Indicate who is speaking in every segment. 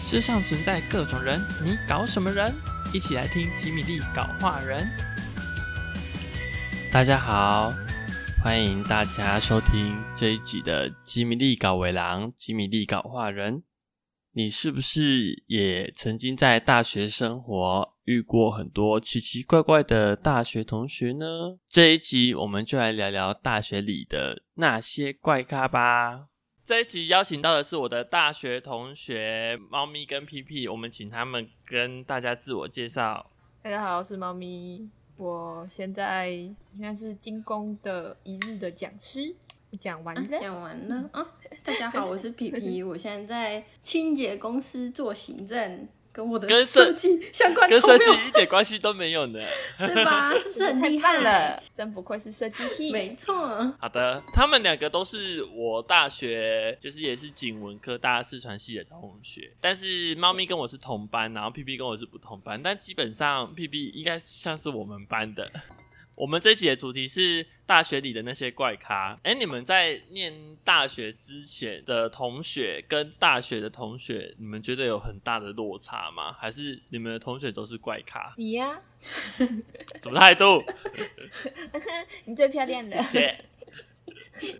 Speaker 1: 世上存在各种人，你搞什么人？一起来听吉米利搞话人。大家好，欢迎大家收听这一集的吉米利搞尾狼，吉米利搞话人。你是不是也曾经在大学生活遇过很多奇奇怪怪的大学同学呢？这一集我们就来聊聊大学里的那些怪咖吧。这一集邀请到的是我的大学同学猫咪跟屁屁，我们请他们跟大家自我介绍。
Speaker 2: 大家好，我是猫咪，我现在应该是精工的一日的讲师。讲完了，
Speaker 3: 讲完
Speaker 2: 嗯
Speaker 3: 了啊！大家好，我是 皮皮，我现在在清洁公司做行政，跟我的
Speaker 1: 跟设
Speaker 3: 设计相关
Speaker 1: 跟
Speaker 3: 都
Speaker 1: 设
Speaker 3: 没
Speaker 1: 计
Speaker 3: 有，
Speaker 1: 一点关系都没有呢。
Speaker 3: 对吧？是不是很厉
Speaker 2: 太
Speaker 3: 害
Speaker 2: 棒？了，真不愧是设计系。
Speaker 3: 没错，
Speaker 1: 好的，他们两个都是我大学，就是也是景文科大四传系的同学，但是猫咪跟我是同班，然后 P P 跟我是不同班，但基本上 P P 应该像是我们班的。我们这一集的主题是大学里的那些怪咖。哎，你们在念大学之前的同学跟大学的同学，你们觉得有很大的落差吗？还是你们的同学都是怪咖？
Speaker 2: 你呀、
Speaker 1: 什么态 度？
Speaker 2: 你最漂亮的
Speaker 1: 谢。谢。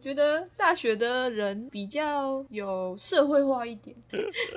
Speaker 2: 觉得大学的人比较有社会化一点，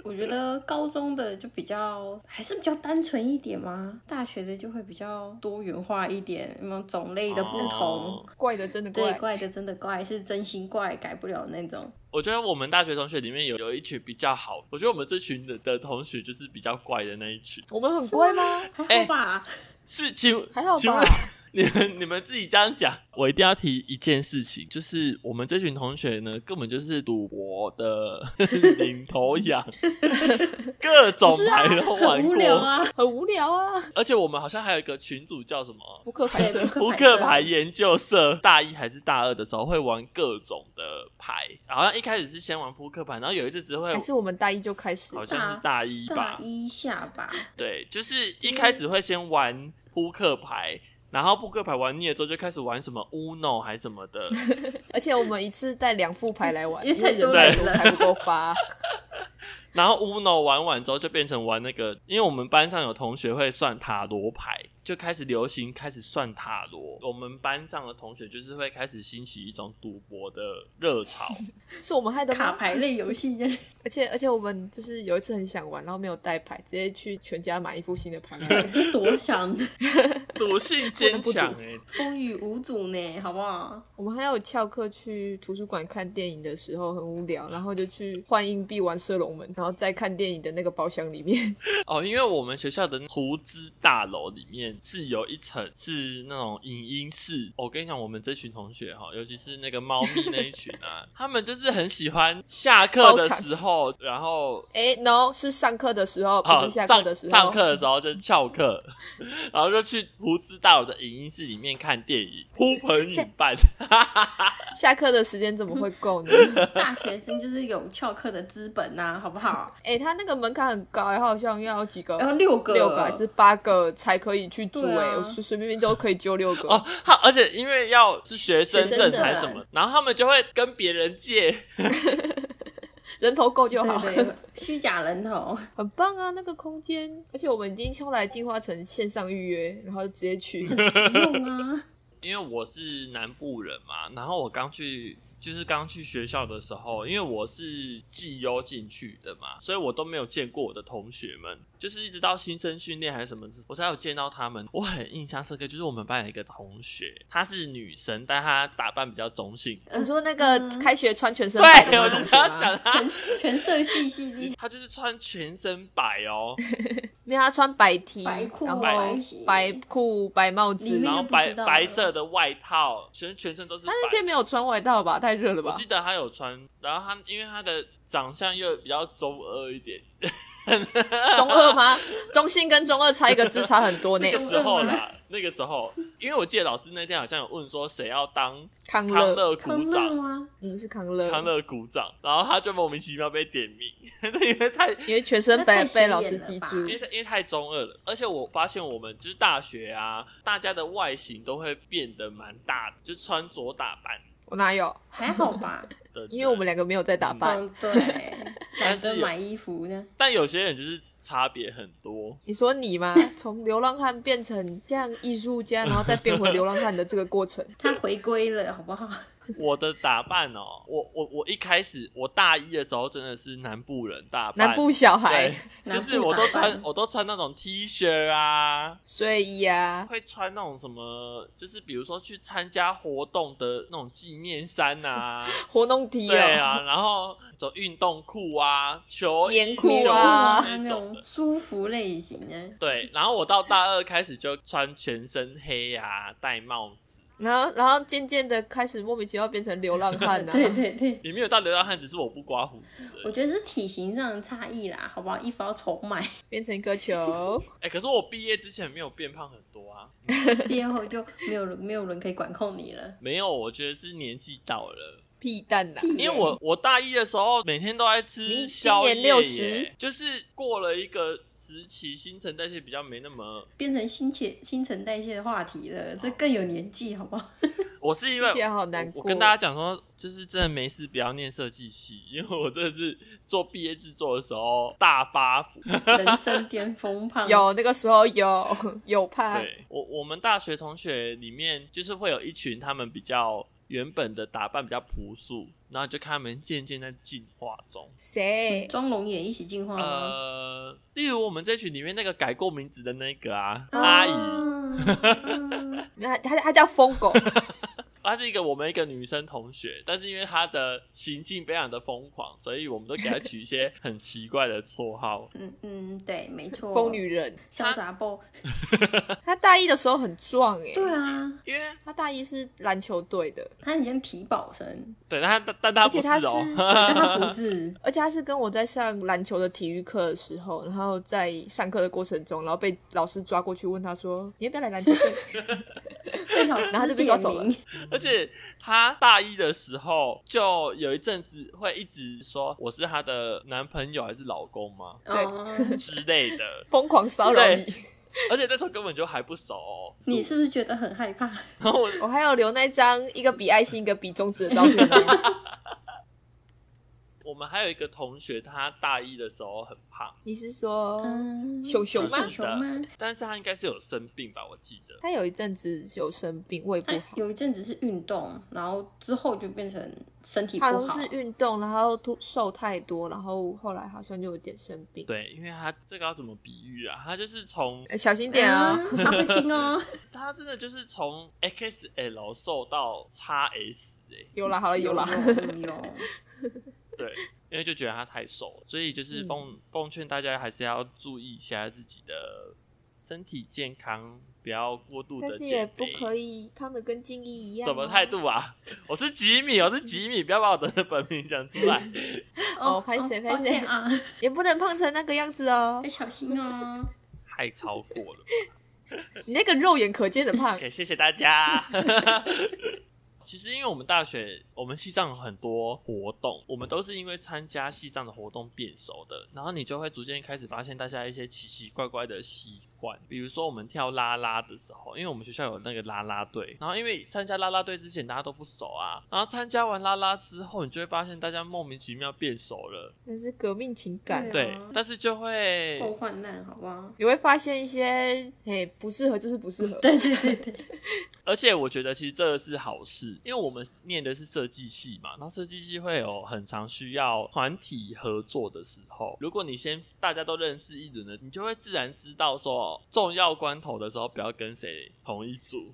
Speaker 3: 我觉得高中的就比较还是比较单纯一点嘛，大学的就会比较多元化一点，有没有种类的不同
Speaker 1: 哦？
Speaker 2: 怪的真的
Speaker 3: 对，
Speaker 2: 怪。
Speaker 3: 怪的真的怪，是真心怪，改不了那种。
Speaker 1: 我觉得我们大学同学里面有有一群比较好，我觉得我们这群的的同学就是比较怪的那一群。
Speaker 2: 我们很怪吗？
Speaker 3: 还
Speaker 1: 哎
Speaker 3: 好吧？
Speaker 1: 是，请
Speaker 2: 还好
Speaker 1: 请
Speaker 2: 吧
Speaker 1: 问 你们你们自己这样讲，我一定要提一件事情，就是我们这群同学呢，根本就是赌博的领头 羊，各种
Speaker 2: 不是啊
Speaker 1: 牌都玩
Speaker 3: 很无
Speaker 1: 过，
Speaker 3: 聊啊，
Speaker 2: 很无聊啊，
Speaker 1: 而且我们好像还有一个群组叫什么？
Speaker 2: 扑克牌
Speaker 3: 对
Speaker 2: 社。
Speaker 1: 扑克牌研究社，大一还是大二的时候会玩各种的牌，好像一开始是先玩扑克牌，然后有一阵子会
Speaker 2: 还是我们大一就开始
Speaker 1: 好像是大一吧
Speaker 3: 大，一下吧，
Speaker 1: 对，就是一开始会先玩扑克牌，然后扑克牌玩腻了之后，就开始玩什么 Uno 还什么的。
Speaker 2: 而且我们一次带两副牌来 玩，
Speaker 3: 因为太
Speaker 2: 人
Speaker 3: 多
Speaker 2: 太
Speaker 3: 人
Speaker 2: 多
Speaker 3: 了
Speaker 2: 牌不够发。
Speaker 1: 然后 Uno 玩完之后，就变成玩那个，因为我们班上有同学会算塔罗牌，就开始流行开始算塔罗。我们班上的同学就是会开始兴起一种赌博的热潮。
Speaker 2: 是我们害的
Speaker 3: 卡
Speaker 2: 吗？
Speaker 3: 牌类 游戏。
Speaker 2: 而且而且我们就是有一次很想玩，然后没有带牌，直接去全家买一副新的牌。
Speaker 3: 也是多想
Speaker 1: 赌性坚强哎、
Speaker 3: 风雨无阻呢， 好不好？
Speaker 2: 我们还有翘课去图书馆看电影的时候很无聊，然后就去换硬币玩射龙门，然后在看电影的那个包厢里面，
Speaker 1: 哦，因为我们学校的图资大楼里面是有一层是那种影音室。哦我跟你讲，我们这群同学哈，尤其是那个猫咪那一群 啊，他们就是很喜欢下课的时候，然 后
Speaker 2: 哎、n o 是上课的时候，不
Speaker 1: 好
Speaker 2: 是下课
Speaker 1: 上
Speaker 2: 的时候。
Speaker 1: 上课的时候就翘课， 然后就去图资大楼的影音室里面看电影，呼朋引伴。
Speaker 2: 下课的时间怎么会够呢？
Speaker 3: 大学生就是有翘课的资本呐、好 不好？
Speaker 2: 哎、他那个门槛很高、哎，好像要几个。
Speaker 3: 然后六个，
Speaker 2: 六个还是八个才可以去住
Speaker 3: 对
Speaker 2: 哎、
Speaker 3: 啊
Speaker 2: 我随随便便都可以揪六个。
Speaker 1: 哦，他而且因为要是学生
Speaker 3: 学
Speaker 1: 证
Speaker 3: 生
Speaker 1: 还是
Speaker 3: 证
Speaker 1: 什么，然后他们就会跟别人借。
Speaker 2: 人头够就好，
Speaker 3: 对对， 虚假人头，
Speaker 2: 很棒啊！那个空间，而且我们已经后来进化成线上预约，然后直接去。
Speaker 3: 实 用啊！
Speaker 1: 因为我是南部人嘛，然后我刚去就是刚去学校的时候，因为我是绩优进去的嘛，所以我都没有见过我的同学们，就是一直到新生训练还是什么，我才有见到他们。我很印象深刻，就是我们班有一个同学，她是女生，但她打扮比较中性。
Speaker 2: 你说那个
Speaker 3: 嗯
Speaker 2: 开学穿全身白的
Speaker 1: 对，
Speaker 2: 那
Speaker 1: 我
Speaker 2: 个
Speaker 1: 就
Speaker 2: 同
Speaker 1: 是
Speaker 2: 学
Speaker 1: 要
Speaker 2: 吗
Speaker 1: 讲她，
Speaker 3: 啊全全色系系列，
Speaker 1: 她就是穿全身白 哦，
Speaker 2: 没有，他啊穿白 T、
Speaker 3: 白裤、
Speaker 2: 然后
Speaker 3: 白鞋、
Speaker 2: 白裤、白帽子
Speaker 3: 里，面
Speaker 1: 然
Speaker 2: 然后
Speaker 1: 后
Speaker 3: 不知
Speaker 1: 白
Speaker 3: 道啊
Speaker 1: 白色的外套，全全身都是
Speaker 2: 他
Speaker 1: 白。
Speaker 2: 那天没有穿外套吧？太热了
Speaker 1: 我
Speaker 2: 吧
Speaker 1: 记？得他有穿，然后他因为他的长相又比较中二一点，
Speaker 2: 中二吗？ 中性跟中二差一个字差很多呢
Speaker 1: 那。个
Speaker 3: 中
Speaker 1: 时候
Speaker 3: 二吗
Speaker 1: 啦，那个时候，因为我记得老师那天好像有问说谁要当
Speaker 2: 康
Speaker 1: 康
Speaker 2: 乐，
Speaker 1: 乐
Speaker 3: 康
Speaker 1: 股
Speaker 3: 乐
Speaker 1: 长，
Speaker 3: 吗？
Speaker 2: 嗯，是康乐，
Speaker 1: 康乐股长，然后他就莫名其妙被点名，因为太
Speaker 2: 因为全身白
Speaker 3: 那太显
Speaker 2: 被
Speaker 3: 眼
Speaker 2: 老师
Speaker 3: 了
Speaker 2: 记
Speaker 3: 吧
Speaker 2: 住
Speaker 1: 因。为因为太中二了，而且我发现我们就是大学啊，大家的外形都会变得蛮大的，就穿着打扮
Speaker 2: 我哪有？
Speaker 3: 还好吧？
Speaker 1: 的，
Speaker 3: 嗯
Speaker 2: 因为我们两个没有在打扮，
Speaker 3: 嗯，对，
Speaker 1: 但
Speaker 3: 男
Speaker 1: 是
Speaker 3: 生
Speaker 1: 有
Speaker 3: 买衣服呢？
Speaker 1: 但有些人就是差别很多，
Speaker 2: 你说你吗？从流浪汉变成这样艺术家，然后再变回流浪汉的这个过程，
Speaker 3: 他回归了，好不好？
Speaker 1: 我的打扮哦，我我我一开始我大一的时候真的是南部人打扮，
Speaker 2: 南部小孩
Speaker 1: 对，
Speaker 3: 男
Speaker 1: 就
Speaker 3: 布
Speaker 1: 是我都
Speaker 3: 打扮
Speaker 1: 穿我都穿那种 T 恤啊，
Speaker 2: 睡衣啊，
Speaker 1: 会穿那种什么，就是比如说去参加活动的那种纪念衫 啊，
Speaker 2: 活动体
Speaker 1: 对
Speaker 2: 哦，
Speaker 1: 啊，然后走运动裤啊、球衣
Speaker 2: 棉裤
Speaker 1: 袖
Speaker 2: 啊
Speaker 1: 那
Speaker 3: 那
Speaker 1: 种
Speaker 3: 种
Speaker 1: 的。
Speaker 3: 舒服类型 的。
Speaker 1: 对，然后我到大二开始就穿全身黑啊，戴帽子。
Speaker 2: 然后然后渐渐的开始莫名其妙变成流浪汉啊，
Speaker 3: 对对对，
Speaker 1: 你没有到流浪汉，只是我不刮胡子而已。
Speaker 3: 我觉得是体型上的差异啦，好不好？衣服要重买，
Speaker 2: 变成一颗球，
Speaker 1: 哎、可是我毕业之前没有变胖很多啊。
Speaker 3: 毕业后就没有人没有人可以管控你了。
Speaker 1: 没有，我觉得是年纪到了。
Speaker 2: 屁蛋啊啦，
Speaker 1: 因为我我大一的时候每天都在吃
Speaker 2: 您
Speaker 1: 宵夜
Speaker 2: 今年60
Speaker 1: 耶，就是过了一个时期，新陈代谢比较没那么。
Speaker 3: 变成新前新陈代谢的话题了，这更有年纪，好不好？
Speaker 1: 我是因
Speaker 2: 听
Speaker 1: 为
Speaker 2: 起来啊好难
Speaker 1: 我
Speaker 2: 过。
Speaker 1: 我跟大家讲说，就是真的没事不要念设计系，因为我真的是做毕业制作的时候大发福。
Speaker 3: 人生巅峰胖，
Speaker 2: 有那个时候有 有怕，
Speaker 1: 对我我们大学同学里面，就是会有一群他们比较原本的打扮比较朴素，然后就看他们渐渐在进化中。
Speaker 2: 谁？
Speaker 3: 妆容也一起进化
Speaker 2: 嗯
Speaker 3: 吗？
Speaker 1: 呃，例如我们这群里面那个改过名字的那个啊，
Speaker 2: 嗯
Speaker 3: 啊
Speaker 1: 阿姨，
Speaker 3: 嗯
Speaker 2: 那他他叫疯 狗，
Speaker 1: 她是一个我们一个女生同学，但是因为她的行径非常的疯狂，所以我们都给她取一些很奇怪的绰号。
Speaker 3: 嗯嗯，对，没错，
Speaker 2: 疯女人。
Speaker 3: 潇洒 b
Speaker 2: 他大一的时候很壮哎、
Speaker 3: 对啊，
Speaker 1: 因为
Speaker 2: 他大一是篮球队的，
Speaker 3: 他很像皮宝 生，
Speaker 1: 对，但她但她
Speaker 2: 而
Speaker 1: 不
Speaker 2: 且
Speaker 1: 是
Speaker 2: 他是，
Speaker 1: 哦、
Speaker 3: 但他不是
Speaker 2: 而且他是跟我在上篮球的体育课的时候，然后在上课的过程中，然后被老师抓过去问他说：“你要不要来篮球队
Speaker 3: 被老 师
Speaker 2: 然后就被抓
Speaker 3: 点
Speaker 2: 走了，
Speaker 3: 名，
Speaker 1: 而且她大一的时候就有一阵子会一直说我是她的男朋友还是老公吗
Speaker 3: 哦，
Speaker 1: 之类 的
Speaker 2: 疯狂骚扰你
Speaker 1: 而且那时候根本就还不熟 哦、
Speaker 3: 你 是不是觉得很害怕？？”
Speaker 2: 我还有留那张一个比爱心一个比中指的照片哦。
Speaker 1: 我们还有一个同学，她大一的时候很胖，
Speaker 2: 你是说
Speaker 3: 嗯，
Speaker 2: 熊熊哦吗
Speaker 3: 熊吗？
Speaker 1: 但是她应该是有生病吧？我记得。
Speaker 2: 他有一阵子有生病，胃不
Speaker 3: 他
Speaker 2: 好，
Speaker 3: 哎有一阵子是运动，然后之后就变成身体不
Speaker 2: 他好
Speaker 3: 好，
Speaker 2: 像是运动，然后突瘦太多，然后后来好像就有点生病。
Speaker 1: 对，因为她这个要怎么比喻啊？她就是从
Speaker 2: 呃小心点啊、
Speaker 3: 嗯他会 听哦。
Speaker 1: 她真的就是从 XL 瘦到 x S 哎、
Speaker 2: 有啦，好了，有啦。
Speaker 3: 有 有，
Speaker 1: 对，因为就觉得她太瘦了，所以
Speaker 2: 嗯
Speaker 1: 就是奉、奉劝大家还是要注意一下自己的身体健康，不要过度的
Speaker 2: 但是也
Speaker 1: 减
Speaker 2: 不
Speaker 1: 肥。
Speaker 2: 可以啊胖的跟金一一样、
Speaker 1: 什么态？度啊？ 我是吉米，我是吉米，不要把我的本名讲出来。
Speaker 2: 哦拍谁
Speaker 3: 抱
Speaker 2: 拍谁
Speaker 3: 歉啊，
Speaker 2: 也不能胖成那个样子哦
Speaker 1: 哎
Speaker 3: 要。小心哦。
Speaker 1: 太超过了。
Speaker 2: 你那个肉眼可见的胖，
Speaker 1: OK，谢谢大家。 其实，因为我们大学，我们系上有很多活动，我们都是因为参加系上的活动变熟的。然后你就会逐渐开始发现大家一些奇奇怪怪的习惯，比如说我们跳啦啦的时候，因为我们学校有那个啦啦队，然后因为参加啦啦队之前大家都不熟啊，然后参加完啦啦之后，你就会发现大家莫名其妙变熟了。
Speaker 2: 那是革命情感。
Speaker 3: 对啊
Speaker 1: 对，但是就会
Speaker 3: 够患难，好不好？
Speaker 2: 你会发现一些，嘿，不适合就是不适合。
Speaker 3: 对对对对，
Speaker 1: 而且我觉得其实这个是好事，因为我们念的是设计系嘛，然后设计系会有很常需要团体合作的时候。如果你先大家都认识一轮了，你就会自然知道说重要关头的时候不要跟谁同一组。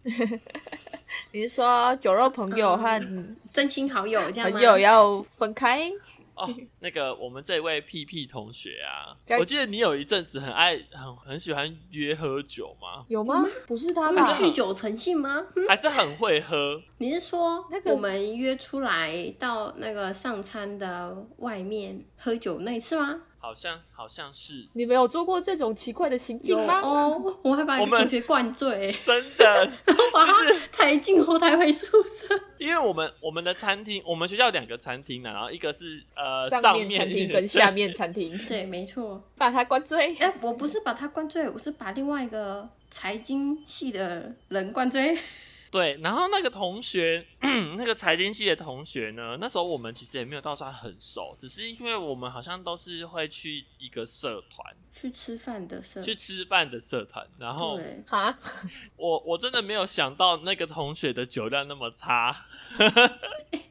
Speaker 2: 你是说酒肉朋友和
Speaker 3: 真心好友这样吗？
Speaker 2: 朋友要分开？
Speaker 1: 哦，那个我们这位屁屁同学啊
Speaker 2: 在，
Speaker 1: 我记得你有一阵子很爱很很喜欢约喝酒吗？
Speaker 2: 有吗？不是他
Speaker 3: 不
Speaker 2: 吧？
Speaker 3: 是酗酒成性吗？嗯
Speaker 1: 还是很会喝？
Speaker 3: 你是说
Speaker 2: 那个
Speaker 3: 我们约出来到那个上餐的外面喝酒那一次吗？
Speaker 1: 好像好像是
Speaker 2: 你没有做过这种奇怪的行
Speaker 3: 有
Speaker 2: 径吗？
Speaker 3: 哦，我还把
Speaker 1: 我
Speaker 3: 你
Speaker 1: 们
Speaker 3: 同学灌 醉，
Speaker 1: 真的。
Speaker 3: 把他抬进后台回宿舍。
Speaker 1: 因为我们我们的餐厅，我们学校有两个餐厅啊呢、然后一个是呃
Speaker 2: 上
Speaker 1: 面
Speaker 2: 面餐厅跟下面餐厅，
Speaker 3: 对，没错。
Speaker 2: 把他灌醉。
Speaker 3: 哎、我不是把他灌醉，我是把另外一个财经系的人灌醉。
Speaker 1: 对，然后那个同学， 那个财经系的同学呢，那时候我们其实也没有到算很熟，只是因为我们好像都是会去一个社团，
Speaker 3: 去吃饭的
Speaker 2: 嗯
Speaker 3: 时候，
Speaker 1: 去吃饭的社团。然后
Speaker 3: 对，
Speaker 2: 啊，
Speaker 1: 我我真的没有想到那个同学的酒量那么差，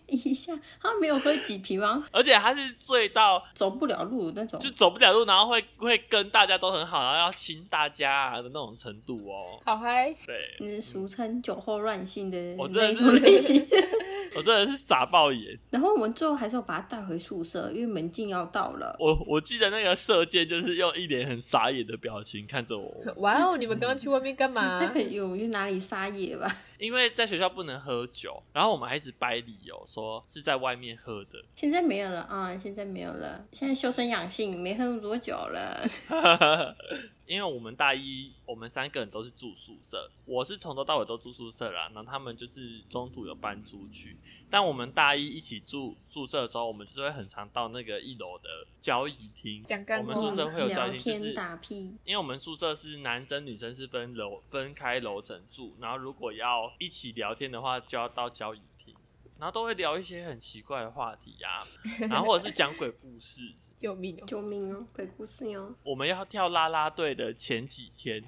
Speaker 3: 一下他没有喝几瓶吗？
Speaker 1: 而且他是醉到
Speaker 3: 走不了路那种，
Speaker 1: 就走不了路，然后会会跟大家都很好，然后要亲大家啊的那种程度哦。
Speaker 2: 好嗨，
Speaker 1: 对
Speaker 3: 你是嗯俗称酒后乱性的
Speaker 1: 我真
Speaker 3: 那
Speaker 1: 的
Speaker 3: 一
Speaker 1: 是
Speaker 3: 种类型。
Speaker 1: 我真的是傻爆眼，
Speaker 3: 然后我们最后还是要把他带回宿舍，因为门禁要到了。
Speaker 1: 我我记得那个射箭就是用一脸很傻眼的表情看着我，
Speaker 2: 哇哦，你们刚刚去外面干
Speaker 3: 他
Speaker 2: 嘛
Speaker 3: 可？能以为我们去哪里撒野吧？
Speaker 1: 因为在学校不能喝酒，然后我们还一直掰理由说是在外面喝的。
Speaker 3: 现在没有了啊，现在没有了，现在修身养性，没喝那么多酒了。
Speaker 1: 因为我们大一，我们三个人都是住宿舍，我是从头到尾都住宿舍啦，然后他们就是中途有搬出去。但我们大一一起住宿舍的时候，我们就是会很常到那个一楼的交易厅
Speaker 2: 讲干，
Speaker 1: 我
Speaker 2: 话
Speaker 1: 们宿舍会有交
Speaker 3: 聊
Speaker 1: 易厅，就
Speaker 3: 天
Speaker 1: 是
Speaker 3: 打屁，
Speaker 1: 因为我们宿舍是男生女生是分楼分开楼层住，然后如果要一起聊天的话，就要到交椅厅，然后都会聊一些很奇怪的话题啊， 然后或者是讲鬼故事。
Speaker 2: 救命哦！
Speaker 3: 救命哦，鬼故事哦，
Speaker 1: 我们要跳啦啦队的前几天，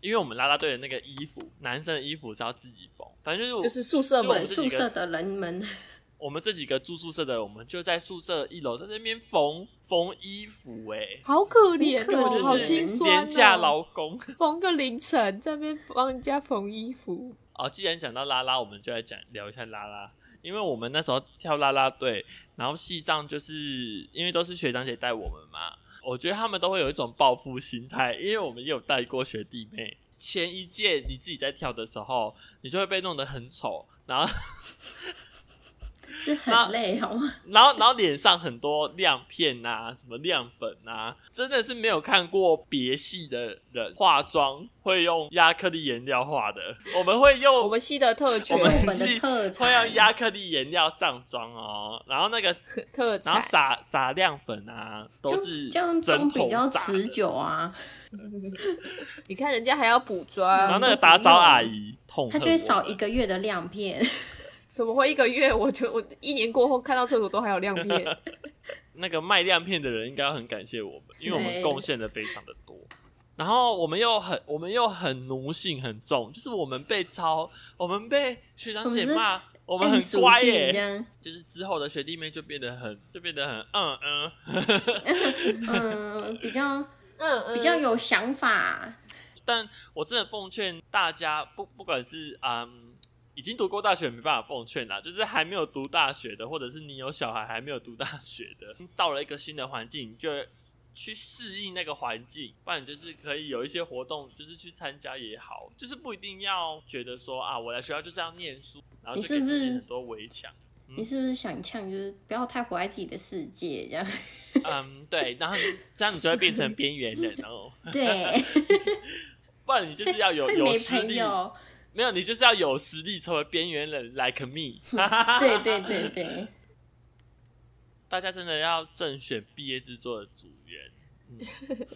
Speaker 1: 因为我们啦啦队的那个衣服，男生的衣服是要自己缝，反正就是我
Speaker 2: 就是宿舍
Speaker 1: 就我
Speaker 2: 们
Speaker 1: 们
Speaker 3: 对
Speaker 1: 这几
Speaker 3: 宿
Speaker 1: 个
Speaker 3: 舍的人们，
Speaker 1: 我们这几个住宿舍的，我们就在宿舍一楼在那边缝缝衣服、欸，
Speaker 2: 好可怜
Speaker 3: 可
Speaker 2: 哦，
Speaker 3: 怜
Speaker 2: 好心酸
Speaker 1: 廉价
Speaker 2: 哦，
Speaker 1: 劳工。
Speaker 2: 缝个凌晨在那边帮人家缝衣服，
Speaker 1: 哦，既然讲到拉拉，我们就来讲聊一下拉拉，因为我们那时候跳拉拉队，然后系上就是因为都是学长姐带我们嘛，我觉得他们都会有一种报复心态，因为我们也有带过学弟妹。前一届你自己在跳的时候，你就会被弄得很丑，然后
Speaker 3: 是很累哦好吗？
Speaker 1: 然后然后脸上很多亮片啊，什么亮粉啊，真的是没有看过别系的人化妆会用亚克力颜料化的，我们会用
Speaker 2: 我们系的特
Speaker 3: 这
Speaker 2: 权
Speaker 3: 是我们
Speaker 1: 系
Speaker 3: 的特
Speaker 1: 会要
Speaker 3: 产，
Speaker 1: 亚克力颜料上妆哦，然后那个，
Speaker 2: 特
Speaker 1: 然
Speaker 2: 产
Speaker 1: 后，撒撒亮粉啊，都是
Speaker 3: 就这样
Speaker 1: 针
Speaker 3: 妆
Speaker 1: 头
Speaker 3: 比较
Speaker 1: 撒
Speaker 3: 持
Speaker 1: 的。
Speaker 3: 久啊。
Speaker 2: 你看人家还要补
Speaker 1: 然后
Speaker 2: 妆，
Speaker 1: 那个打扫阿姨痛
Speaker 3: 他
Speaker 1: 恨
Speaker 3: 就会少
Speaker 1: 我们
Speaker 3: 一个月的亮片，
Speaker 2: 怎么会一个月？我就我一年过后看到厕所都还有亮片，
Speaker 1: 那个卖亮片的人应该很感谢我们，因为我们
Speaker 3: 对
Speaker 1: 贡献的非常的多。然后我们又很，我们又很奴性很重，就是我们被抄，我们被学长姐
Speaker 3: 我们是
Speaker 1: 骂， 我 们
Speaker 3: 暗
Speaker 1: 很
Speaker 3: 属
Speaker 1: 乖
Speaker 3: 性
Speaker 1: 耶、
Speaker 3: 这样。
Speaker 1: 就是之后的学弟妹就变得很，就变得很嗯嗯，
Speaker 3: 嗯，比较
Speaker 2: 嗯嗯，
Speaker 3: 比较有想法，
Speaker 1: 但我真的奉劝大家，不不管是嗯已经读过大学没办法奉劝啦，就是还没有读大学的，或者是你有小孩还没有读大学的，到了一个新的环境，你就去适应那个环境，不然你就是可以有一些活动，就是去参加也好，就是不一定要觉得说啊，我来学校就是要念书，然后就给
Speaker 3: 你是不
Speaker 1: 自
Speaker 3: 是
Speaker 1: 己很多围墙。
Speaker 3: 你是不是想呛？就是不要太活在自己的世界，这样
Speaker 1: 嗯，对，然后你这样你就会变成边缘人 哦，
Speaker 3: 对，
Speaker 1: 不然你就是要有
Speaker 3: 会
Speaker 1: 有
Speaker 3: 没
Speaker 1: 实
Speaker 3: 朋
Speaker 1: 力，
Speaker 3: 友，
Speaker 1: 没有你就是要有实力成为边缘人，like me。
Speaker 3: 对对对对，
Speaker 1: 大家真的要慎选毕业制作的组员，嗯、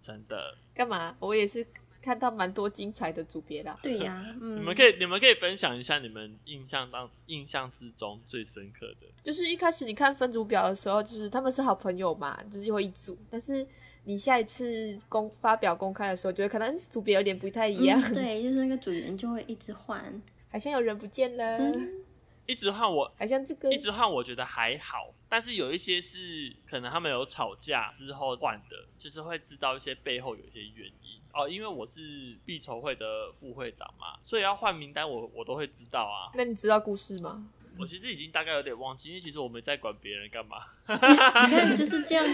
Speaker 1: 真的，
Speaker 2: 干嘛？我也是看到蛮多精彩的组别啦。
Speaker 3: 对呀，嗯，
Speaker 1: 你们可以你们可以分享一下你们印象当印象之中最深刻的，
Speaker 2: 就是一开始你看分组表的时候，就是他们是好朋友嘛，就是会一组，但是你下一次公发表公开的时候，就会看到嗯组别有点不太 一样，
Speaker 3: 嗯对，就是那个组员就会一直 换，
Speaker 2: 好像有人不见了，
Speaker 3: 嗯
Speaker 1: 一直换我
Speaker 2: 好像这个
Speaker 1: 一直换我觉得还好，但是有一些是可能他们有吵架之后换的，就是会知道一些背后有一些原因哦，因为我是必筹会的副会长嘛，所以要换名单我我都会知道啊，
Speaker 2: 那你知道故事吗？
Speaker 1: 我其实已经大概有点忘记，因为其实我没在管别人干嘛。
Speaker 3: 你
Speaker 1: 啊
Speaker 3: 看 就是这样，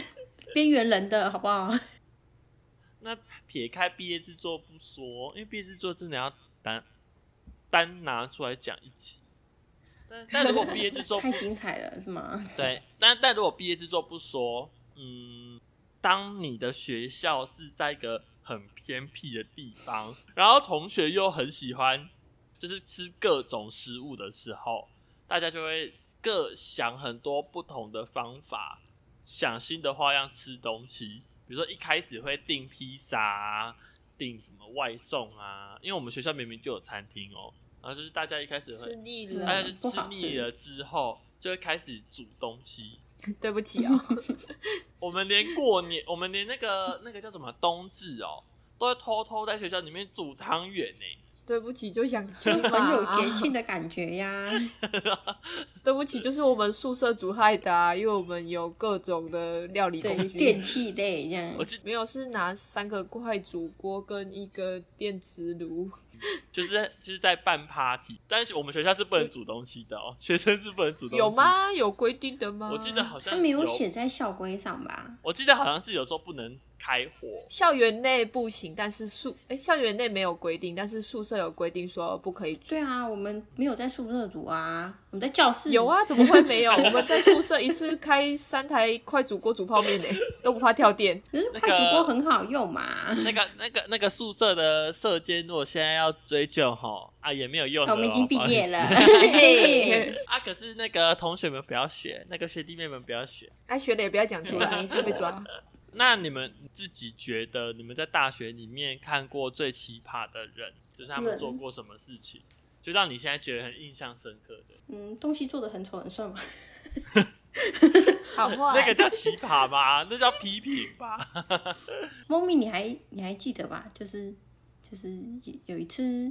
Speaker 3: 边缘人的好不好？
Speaker 1: 那撇开毕业制作不说，因为毕业制作真的要单单拿出来讲一期。但但如果毕业制作不
Speaker 3: 太精彩了是 吗？
Speaker 1: 对，但但如果毕业制作不说，嗯，当你的学校是在一个很偏僻的地方，然后同学又很喜欢就是吃各种食物的时候，大家就会各想很多不同的方法，想新的花样吃东西。比如说一开始会订披萨啊，订什么外送啊，因为我们学校明明就有餐厅哦，然后就是大家一开始
Speaker 2: 吃
Speaker 1: 会，
Speaker 2: 腻
Speaker 3: 嗯
Speaker 2: 了，
Speaker 1: 大家就
Speaker 3: 不
Speaker 1: 吃
Speaker 3: 好
Speaker 1: 腻
Speaker 3: 吃
Speaker 1: 了之后，就会开始煮东西。
Speaker 2: 对不起哦，
Speaker 1: 我们连过年，我们连那个那个叫什么冬至哦，都会偷偷在学校里面煮汤圆呢。
Speaker 2: 对不起，就想吃
Speaker 3: 就很有
Speaker 2: 嘛。
Speaker 3: 节庆的感 觉呀。
Speaker 2: 对不起，就是我们宿舍煮害的啊，因为我们有各种的料理
Speaker 3: 对，
Speaker 2: 工
Speaker 3: 电
Speaker 2: 具。
Speaker 3: 器类这样
Speaker 1: 我。记
Speaker 2: 没有，是拿三个快煮锅跟一个电磁炉，
Speaker 1: 就是就是在办 party，但是我们学校是不能煮东西的哦，学生是不能煮东西。
Speaker 2: 有？吗？有规定的吗？
Speaker 1: 我记得好
Speaker 3: 他
Speaker 1: 像
Speaker 3: 没有写在校规上吧？
Speaker 1: 我记得好像是有时候不能开火，
Speaker 2: 校园内不行，但是宿哎、校园内没有规定，但是宿舍有规定说不可以煮。
Speaker 3: 对啊，我们没有在宿舍煮啊，我们在教室
Speaker 2: 有。啊，怎么会没有？我们在宿舍一次开三台快煮锅煮泡面呢、 都不怕跳电。
Speaker 3: 可是
Speaker 1: 那
Speaker 3: 快
Speaker 1: 个
Speaker 3: 煮锅很好用嘛。
Speaker 1: 那个、那个、那个宿舍的舍监，如果现在要追究哈啊，也没有用
Speaker 3: 啊
Speaker 1: 的哦、
Speaker 3: 我们已经毕业了
Speaker 1: 不好意思
Speaker 3: 嘿
Speaker 1: 啊。可是那个同学们不要学，那个学弟妹们不要学。
Speaker 2: 哎、学的也不要讲出
Speaker 3: 对
Speaker 2: 来，
Speaker 3: 没错
Speaker 2: 会被抓。
Speaker 1: 那你们自己觉得你们在大学里面看过最奇葩的人，就是他们
Speaker 3: 人
Speaker 1: 做过什么事情，就让你现在觉得很印象深刻的？
Speaker 3: 嗯，东西做的很丑很帅嘛。
Speaker 2: 好坏
Speaker 1: 那个叫奇葩 吗？那叫批评吧？
Speaker 3: 猫咪，你还你还记得吧？就是就是有有一次，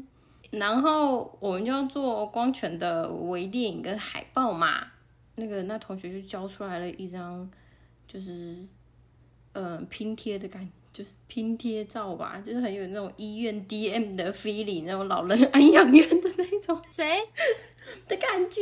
Speaker 3: 然后我们就要做光泉的微电影跟海报嘛。那个那同学就交出来了一张，就是嗯、呃拼贴的感就是拼贴照吧，就是很有那种医院 DM 的 feeling，那种老人安养院的那种
Speaker 2: 谁？
Speaker 3: 的感觉。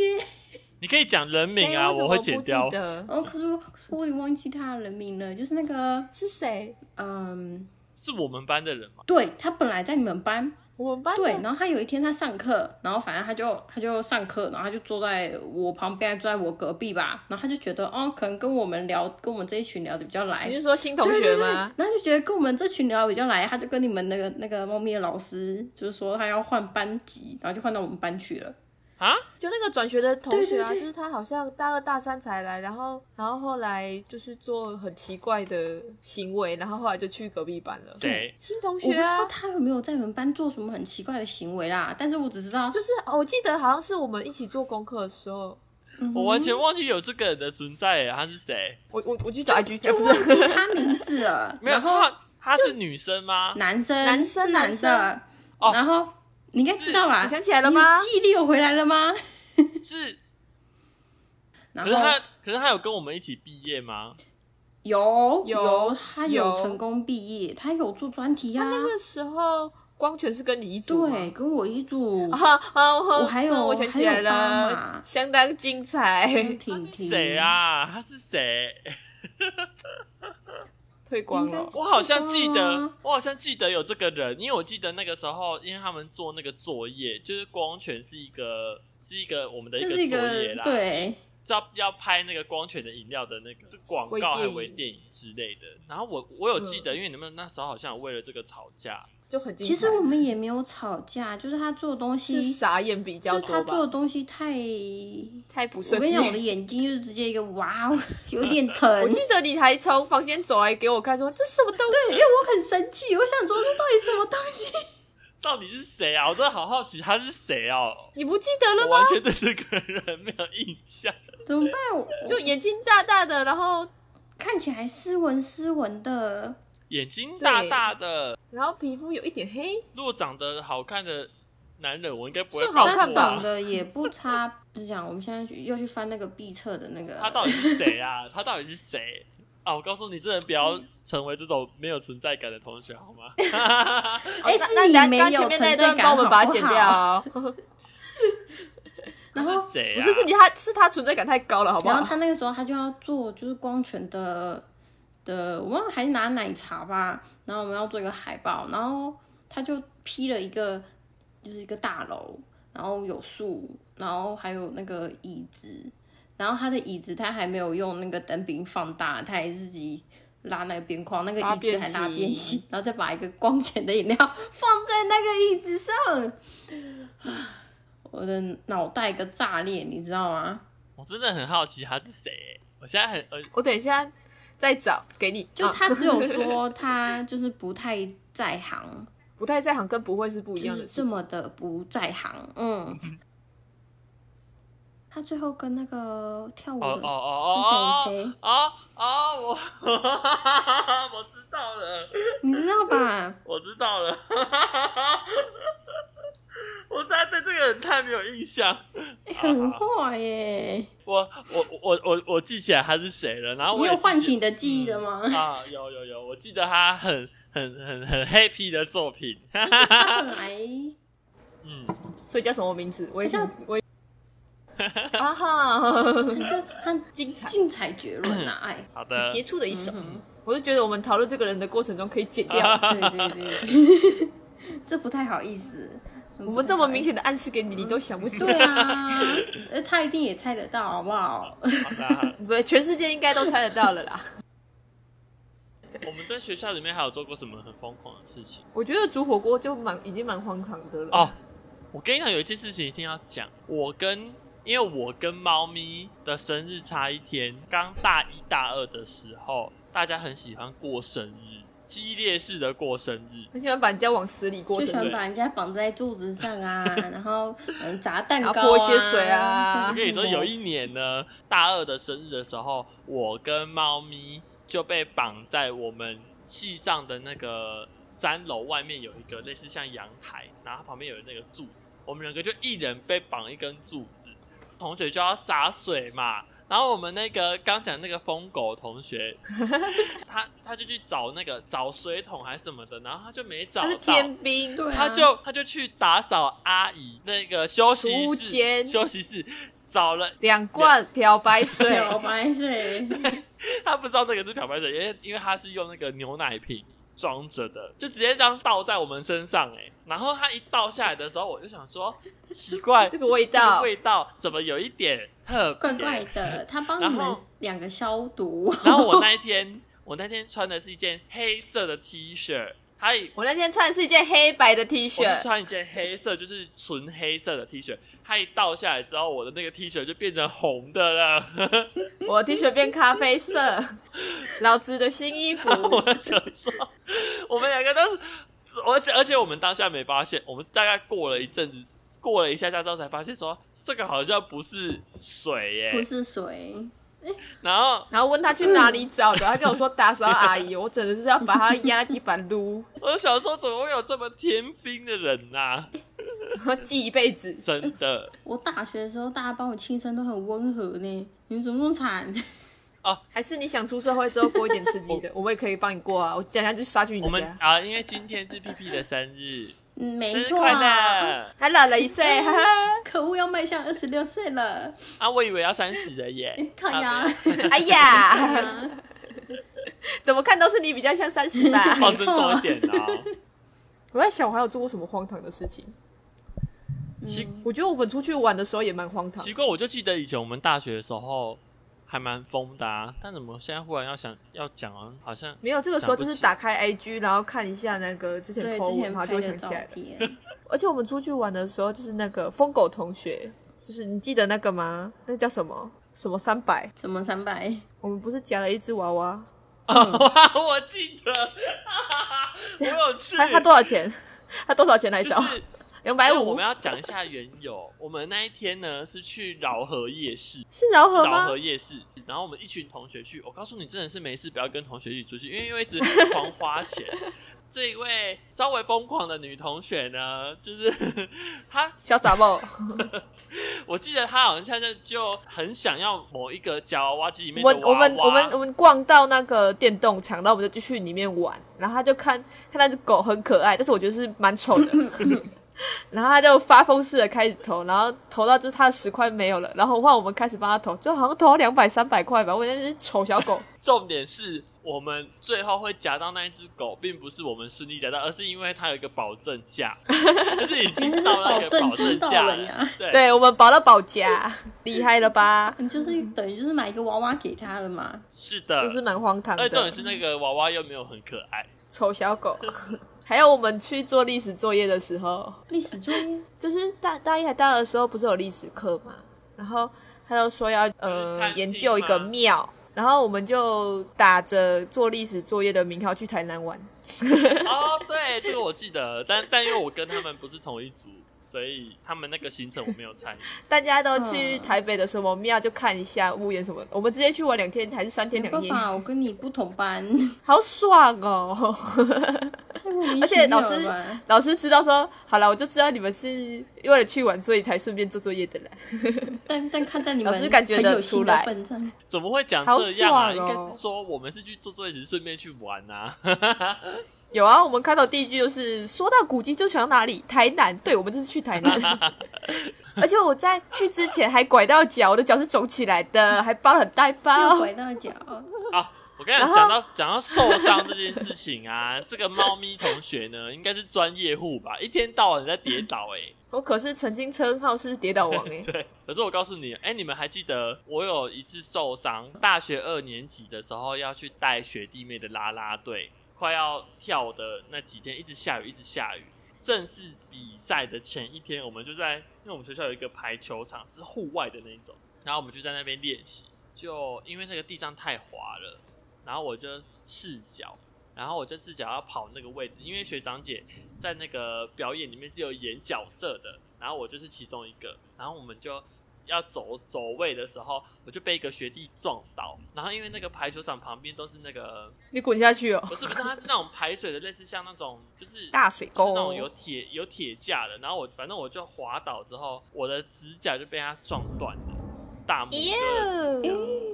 Speaker 1: 你可以讲人名
Speaker 2: 谁
Speaker 1: 啊，
Speaker 2: 我
Speaker 1: 会剪掉。
Speaker 2: 的
Speaker 3: 哦，可是我可是我也忘记他的人名了，就是那个
Speaker 2: 是谁？
Speaker 3: 嗯，
Speaker 1: 是我们班的人吗？
Speaker 3: 对他本来在你们班，
Speaker 2: 我们班的
Speaker 3: 对，然后他有一天他上课，然后反正他就他就上课，然后他就坐在我旁边，坐在我隔壁吧，然后他就觉得哦，可能跟我们聊，跟我们这一群聊的比较来
Speaker 2: 你，是说新同学吗？
Speaker 3: 然后就觉得跟我们这群聊得比较来，他就跟你们那个那个猫咪的老师就是说他要换班级，然后就换到我们班去了。
Speaker 1: 啊，
Speaker 2: 就那个转学的同学啊，
Speaker 3: 对对对
Speaker 2: 就是他好像大二大三才来，然后然后后来就是做很奇怪的行为，然后后来就去隔壁班了。
Speaker 1: 谁？
Speaker 2: 新同
Speaker 3: 我不
Speaker 2: 学
Speaker 3: 知道
Speaker 2: 啊，
Speaker 3: 他有没有在你们班做什么很奇怪的行为啦，但是我只知道，
Speaker 2: 就是哦我记得好像是我们一起做功课的时候，
Speaker 3: 嗯
Speaker 1: 我完全忘记有这个人的存在啊耶，他是谁？，
Speaker 2: 我我我去找 IG，哎
Speaker 3: 就
Speaker 2: 不
Speaker 3: 忘
Speaker 2: 是
Speaker 3: 记他名字 了
Speaker 1: 没有，
Speaker 3: 然后
Speaker 1: 他他是女生吗？
Speaker 3: 男生
Speaker 2: 男生
Speaker 3: 是男
Speaker 2: 男
Speaker 3: 的，
Speaker 1: 哦
Speaker 3: 然后你应该知道吧？
Speaker 2: 你啊想起来了吗
Speaker 3: 你？记忆力有回来了吗？
Speaker 1: 是，
Speaker 3: 然
Speaker 1: 可是他
Speaker 3: 后
Speaker 1: 可是他有跟我们一起毕业吗？
Speaker 3: 有
Speaker 2: 有
Speaker 3: 他
Speaker 2: 有
Speaker 3: 有成功毕业，他有做专题呀、
Speaker 2: 那个时候光全是跟你一组 吗。
Speaker 3: 对，跟我一组，
Speaker 2: 啊啊！我
Speaker 3: 我还有
Speaker 2: 我想起来
Speaker 3: 还有嗯帮
Speaker 2: 了
Speaker 3: 嘛，
Speaker 2: 相当精彩，
Speaker 1: 他
Speaker 3: 婷
Speaker 1: 是
Speaker 3: 婷
Speaker 1: 谁？啊？他是谁？
Speaker 2: 退光
Speaker 3: 应该
Speaker 2: 了。
Speaker 1: 我好像记
Speaker 3: 我
Speaker 1: 得
Speaker 3: 啊，
Speaker 1: 我好像记得有这个人，因为我记得那个时候，因为他们做那个作业，就是光泉是一个是一个我们的一
Speaker 3: 就
Speaker 1: 个
Speaker 3: 是一
Speaker 1: 作业
Speaker 3: 个
Speaker 1: 啦，，
Speaker 3: 对，
Speaker 1: 是要要拍那个光泉的饮料的那个广
Speaker 2: 微
Speaker 1: 告还
Speaker 2: 电
Speaker 1: 微
Speaker 2: 影
Speaker 1: 电影之类的。然后我我有记得，因为你们那时候好像有为了这个吵架，
Speaker 2: 就很精彩。
Speaker 3: 其实我们也没有吵架，就是他做东
Speaker 2: 是
Speaker 3: 西，
Speaker 2: 傻眼比较
Speaker 3: 就是他
Speaker 2: 多
Speaker 3: 做的
Speaker 2: 吧，
Speaker 3: 东西太。
Speaker 2: 太不
Speaker 3: 我
Speaker 2: 设
Speaker 3: 跟你
Speaker 2: 计
Speaker 3: 讲，。我的眼睛就是直接一个哇 哦，有点 疼。
Speaker 2: 我记得你还从房间走来给我看，说这什么东
Speaker 3: 因
Speaker 2: 西？
Speaker 3: 为我很生气，我想说这到底什么东 西？
Speaker 1: 到底是谁啊？我真的好好奇他是谁哦、
Speaker 2: 你不记得
Speaker 1: 我
Speaker 2: 了吗
Speaker 1: 完？全对这个人没有印象。
Speaker 3: 怎么办？我
Speaker 2: 就眼睛大大的，然后
Speaker 3: 看起来斯文斯文的，
Speaker 1: 眼睛大大的，
Speaker 2: 然后皮肤有一点黑，
Speaker 1: 如果长得好看的男人，我应该不会
Speaker 2: 是
Speaker 1: 放
Speaker 2: 好
Speaker 1: 过
Speaker 3: 他
Speaker 2: 看吧
Speaker 3: 长
Speaker 1: 啊。
Speaker 3: 得也不差。 就是讲，我们现在去又去翻那个 B 侧的那个，
Speaker 1: 他到底是谁啊？他到底是谁啊？我告诉你，真的不
Speaker 3: 嗯
Speaker 1: 要成为这种没有存在感的同学，好吗？
Speaker 3: 哎、
Speaker 2: 哦
Speaker 3: 是
Speaker 2: 那
Speaker 3: 你
Speaker 2: 那
Speaker 3: 没
Speaker 2: 刚
Speaker 3: 有
Speaker 2: 前
Speaker 3: 存
Speaker 2: 面那一
Speaker 3: 在
Speaker 2: 段
Speaker 3: 感，
Speaker 2: 帮我们把它
Speaker 3: 好不
Speaker 2: 剪
Speaker 3: 好
Speaker 2: 掉哦。
Speaker 3: 然
Speaker 1: 他
Speaker 3: 后
Speaker 1: 是谁
Speaker 2: 不
Speaker 1: 啊？
Speaker 2: 是是你他是他存在感太高了，好不
Speaker 3: 然后
Speaker 2: 好？
Speaker 3: 他那个时候他就要做就是光泉的的，我忘了还是拿奶茶吧，然后我们要做一个海报，然后他就批了一个就是一个大楼，然后有树，然后还有那个椅子，然后他的椅子他还没有用那个灯柄放大，他还自己。拉那个边框，那个
Speaker 2: 拉
Speaker 3: 椅子
Speaker 2: 变
Speaker 3: 还拉
Speaker 2: 形
Speaker 3: 变形，然后再把一个光泉的饮料放在那个椅子上， 我的脑袋一个炸裂，你知道吗？
Speaker 1: 我真的很好奇他是谁欸、我现在很呃，
Speaker 2: 我等一下再找给你。
Speaker 3: 就
Speaker 2: 啊
Speaker 3: 他只有说他就是不太在行，
Speaker 2: 不太在行跟不会是不一样的
Speaker 3: 就是这
Speaker 2: 事情。
Speaker 3: 么的不在行，嗯。他最后跟那个跳舞
Speaker 1: 哦
Speaker 3: 的
Speaker 1: 哦哦
Speaker 3: 是谁？ 谁
Speaker 1: 哦？哦哦，我 我知道了，
Speaker 3: 你知道
Speaker 2: 哦
Speaker 3: 吧？
Speaker 1: 我知道了， 我实在对这个人太没有印象。
Speaker 2: 哦
Speaker 3: 欸很坏耶！
Speaker 1: 我我我我我记起来他是谁了，
Speaker 2: 哦
Speaker 1: 然后
Speaker 3: 你
Speaker 1: 我也
Speaker 3: 有
Speaker 1: 记
Speaker 3: 唤起你的记忆 了吗？
Speaker 1: 啊，有有有，我记得他很很很很 happy 的作品，
Speaker 3: 就是他本来
Speaker 1: 嗯，
Speaker 2: 所以叫什么名字？我也想
Speaker 3: 好，
Speaker 2: 我也啊哈，
Speaker 3: 他就 他
Speaker 2: 精彩
Speaker 3: 精彩绝伦啊！ 哎，
Speaker 1: 好的，
Speaker 2: 杰出的一首。
Speaker 3: 嗯
Speaker 2: 我就觉得我们讨论这个人的过程中可以剪掉，
Speaker 3: 哼，对对 对，这不太好意思。
Speaker 2: 我们这么明显的暗示给你，你都想不起来。
Speaker 3: 对啊，呃，他一定也猜得到，好不好？
Speaker 1: 好的好的，
Speaker 2: 不，全世界应该都猜得到了啦。
Speaker 1: 我们在学校里面还有做过什么很疯狂的事情？
Speaker 2: 我觉得煮火锅就蛮已经蛮荒唐的了。
Speaker 1: 哦，我跟你讲，有一件事情一定要讲。我跟因为我跟猫咪的生日差一天，刚大一大二的时候，大家很喜欢过生日，激烈式的过生日。
Speaker 2: 很喜欢把人家往死里过
Speaker 3: 就喜
Speaker 2: 生
Speaker 3: 欢
Speaker 2: 日，
Speaker 3: 把人家绑在柱子 上啊，然后嗯砸蛋糕、
Speaker 2: 然
Speaker 3: 啊，
Speaker 2: 后泼一些水啊
Speaker 1: 我跟你说，有一年呢，大二的生日的时候，我跟猫咪就被绑在我们系上的那个三楼外面有一个类似像阳台，然后它旁边有那个柱子，我们两个就一人被绑一根柱子，同学就要洒水嘛。然后我们那个刚讲那个疯狗同 学，他他就去找那个找水桶还是什么的，然后他就没找
Speaker 2: 他
Speaker 1: 到，
Speaker 2: 是天兵，
Speaker 3: 对啊、
Speaker 1: 他就他就去打扫阿姨那个休息
Speaker 2: 储物
Speaker 1: 室，
Speaker 2: 间
Speaker 1: 休息室找了，
Speaker 2: 两罐漂白水，
Speaker 3: 漂 白水，
Speaker 1: 他不知道那个是漂白水，因为因为他是用那个牛奶瓶装着的，就直接这样倒在我们身上哎、然后他一倒下来的时候，我就想说奇怪，
Speaker 2: 这个味
Speaker 1: 这个
Speaker 2: 道，
Speaker 1: 味道怎么有一点特别？
Speaker 3: 怪怪的。他帮
Speaker 1: 然
Speaker 3: 你们
Speaker 1: 后
Speaker 3: 两个消毒，
Speaker 1: 然后我那一天我那天穿的是一件黑色的 T 恤，还
Speaker 2: 我那天穿的是一件黑白的 T
Speaker 1: 我是
Speaker 2: 恤，
Speaker 1: 穿一件黑色，就是纯黑色的 T 恤，它一倒下来之后，我的那个 T 恤就变成红的了。
Speaker 2: 我的 T 恤变咖啡色，老子的新衣服，
Speaker 1: 嗯 我就想说，我们两个都是，而且而且我们当下没发现，我们是大概过了一阵子，过了一下下之后才发现说，这个好像不是水耶、
Speaker 3: 不是水。
Speaker 1: 然后
Speaker 2: 然后问他去哪里找的，他跟我说打扫阿姨，我真的是要把他压地板撸，
Speaker 1: 我就想说，怎么会有这么天兵的人呐、啊
Speaker 2: 记一辈子。
Speaker 1: 真的
Speaker 3: 我大学的时候，大家帮我庆生都很温和呢，你们怎么那么惨？
Speaker 2: 还是你想出社会之后过一点刺激的，我们也可以帮你过啊。我等一下就杀去
Speaker 1: 我
Speaker 2: 你
Speaker 1: 们
Speaker 2: 家，
Speaker 1: 啊，因为今天是屁屁的生日，
Speaker 3: 嗯，
Speaker 1: 生
Speaker 3: 没
Speaker 1: 日
Speaker 3: 错
Speaker 1: 快
Speaker 3: 啊，
Speaker 1: 乐
Speaker 2: 还老了一岁，哈哈。
Speaker 3: 可恶，要迈向二十六岁了，
Speaker 1: 啊！我以为要三十了耶，
Speaker 3: 看
Speaker 1: 啊
Speaker 3: 呀
Speaker 1: 没有，
Speaker 2: 哎
Speaker 3: 看
Speaker 2: 呀，
Speaker 3: 呀，
Speaker 2: 怎么看都是你比较像三 十吧。
Speaker 1: 放尊重一点 啊！
Speaker 2: 我在想，我还有做过什么荒唐的事情？
Speaker 3: 嗯
Speaker 1: 奇
Speaker 2: 我觉得我们出去玩的时候也蛮荒唐
Speaker 1: 奇。怪，我就记得以前我们大学的时候还蛮疯的啊，但怎么现在忽然要想要讲啊，好像
Speaker 2: 没有，这个时候就是打开 IG，然后看一下那个之前
Speaker 3: 对，
Speaker 2: po
Speaker 3: 之
Speaker 2: 文，
Speaker 3: 前
Speaker 2: 然后
Speaker 3: 拍
Speaker 2: 就会
Speaker 3: 的
Speaker 2: 想
Speaker 3: 照
Speaker 2: 起来了。
Speaker 3: 片，
Speaker 2: 而且我们出去玩的时候，就是那个疯狗同学，就是你记得那个吗？那叫什么？什么三百？
Speaker 3: 怎么三百？
Speaker 2: 我们不是夹了一只娃娃？嗯
Speaker 1: 哇，我记得， 我有去，
Speaker 2: 他他多少钱？ 他多少钱来
Speaker 1: 就
Speaker 2: 找？
Speaker 1: 是
Speaker 2: 两
Speaker 1: 因
Speaker 2: 百
Speaker 1: 为我
Speaker 2: 五
Speaker 1: 们？要讲一下缘由。我们那一天呢是去饶河夜市，
Speaker 2: 是饶
Speaker 1: 是
Speaker 2: 河
Speaker 1: 饶
Speaker 2: 吗
Speaker 1: 河？夜市，然后我们一群同学去。我告诉你，真的是没事，不要跟同学一起出去，因为又一直狂花 钱。这一位稍微疯狂的女同学呢，就是 她
Speaker 2: 小杂毛，
Speaker 1: 我记得他好像现在就很想要某一个夹娃娃机里面的娃娃。
Speaker 2: 我我们我们我们逛到那个电动场，然后我们就去里面玩，然后他就看看那只狗很可爱，但是我觉得是蛮丑的， 然后他就发疯似的开始投，然后投到就是他的十块没有了，然后换我们开始帮他投，就好像投到两百三百块吧，我那只丑小狗，
Speaker 1: 重点是我们最后会夹到那一只狗，并不是我们顺利夹到，而是因为它有一个保证价，就是已经到那个保证价
Speaker 3: 你们是保证金到了呀
Speaker 1: 对，
Speaker 2: 对我们保到保家，厉害了 吧？
Speaker 3: 你就是
Speaker 1: 嗯
Speaker 3: 等于就是买一个娃娃给他了嘛，
Speaker 1: 是的。
Speaker 2: 是不是蛮荒唐
Speaker 1: 而且重
Speaker 2: 的
Speaker 1: 点？是那个娃娃又没有很可爱，
Speaker 2: 丑小狗， 还有我们去做历史作业的时候。
Speaker 3: 历史作业，
Speaker 2: 就是大大一还大二的时候，不是有历史课嘛，然后他就说要
Speaker 1: 就是
Speaker 2: 呃
Speaker 1: 餐厅
Speaker 2: 研究一个
Speaker 1: 吗
Speaker 2: 庙，然后我们就打着做历史作业的名号去台南玩。
Speaker 1: 哦，对，这个我记得，但但因为我跟他们不是同一组，所以他们那个行程我没有参与。
Speaker 2: 大家都去
Speaker 3: 嗯
Speaker 2: 台北的什么庙就看一下屋檐什么的，我们直接去玩两天还是三天
Speaker 3: 没
Speaker 2: 两
Speaker 3: 办
Speaker 2: 夜，
Speaker 1: 嗯
Speaker 3: 法，我跟你不同 班，
Speaker 2: 好爽哦！
Speaker 3: 太莫名
Speaker 2: 而
Speaker 3: 其
Speaker 2: 且
Speaker 3: 妙
Speaker 2: 老师
Speaker 3: 了吧？
Speaker 2: 老师知道说，好了，我就知道你们是为了去玩，所以才顺便做作业的啦。
Speaker 3: 但但看在你
Speaker 2: 老师
Speaker 3: 们
Speaker 2: 感觉
Speaker 3: 很
Speaker 2: 得
Speaker 3: 有心
Speaker 2: 出
Speaker 3: 的
Speaker 2: 来哦
Speaker 3: 份上，
Speaker 1: 怎么会讲
Speaker 2: 好
Speaker 1: 这样啊？
Speaker 2: 爽哦
Speaker 1: 应该是说我们是去做作业，只是顺便去玩啊。
Speaker 2: 有啊，我们开头第一句就是说到古迹就想到哪里，台南。对，我们就是去 台南。而且我在去之前还拐到脚，我的脚是肿起来的，还包了很大一
Speaker 3: 又
Speaker 2: 包。
Speaker 3: 拐到 脚，
Speaker 1: 啊，我跟你讲，
Speaker 2: 然后
Speaker 1: 讲到讲到受伤这件事情啊，这个猫咪同学呢，应该是专业户吧，一天到晚在跌倒哎、
Speaker 2: 我可是曾经称号是跌倒王 哎、
Speaker 1: 对，可是我告诉你，哎、你们还记得我有一次受伤，大学二年级的时候要去带学弟妹的啦啦队，快要跳的那几天，一直下雨，一直下雨。正式比赛的前一天，我们就在，因为我们学校有一个排球场是户外的那一种，然后我们就在那边练习。就因为那个地上太滑了，然后我就赤脚，然后我就赤脚要跑那个位置，因为学长姐在那个表演里面是有演角色的，然后我就是其中一个，然后我们就要走走位的时候，我就被一个学弟撞倒，然后因为那个排球场旁边都是那 个
Speaker 2: 你滚下去哦，
Speaker 1: 不是不是，它是那种排水的，类似像那种就是
Speaker 2: 大水
Speaker 1: 就是
Speaker 2: 沟
Speaker 1: 那种有铁有铁架的，然后我反正我就滑倒之后，我的指甲就被它撞断了，大拇哥
Speaker 3: 哎
Speaker 2: 哎
Speaker 1: 的指甲。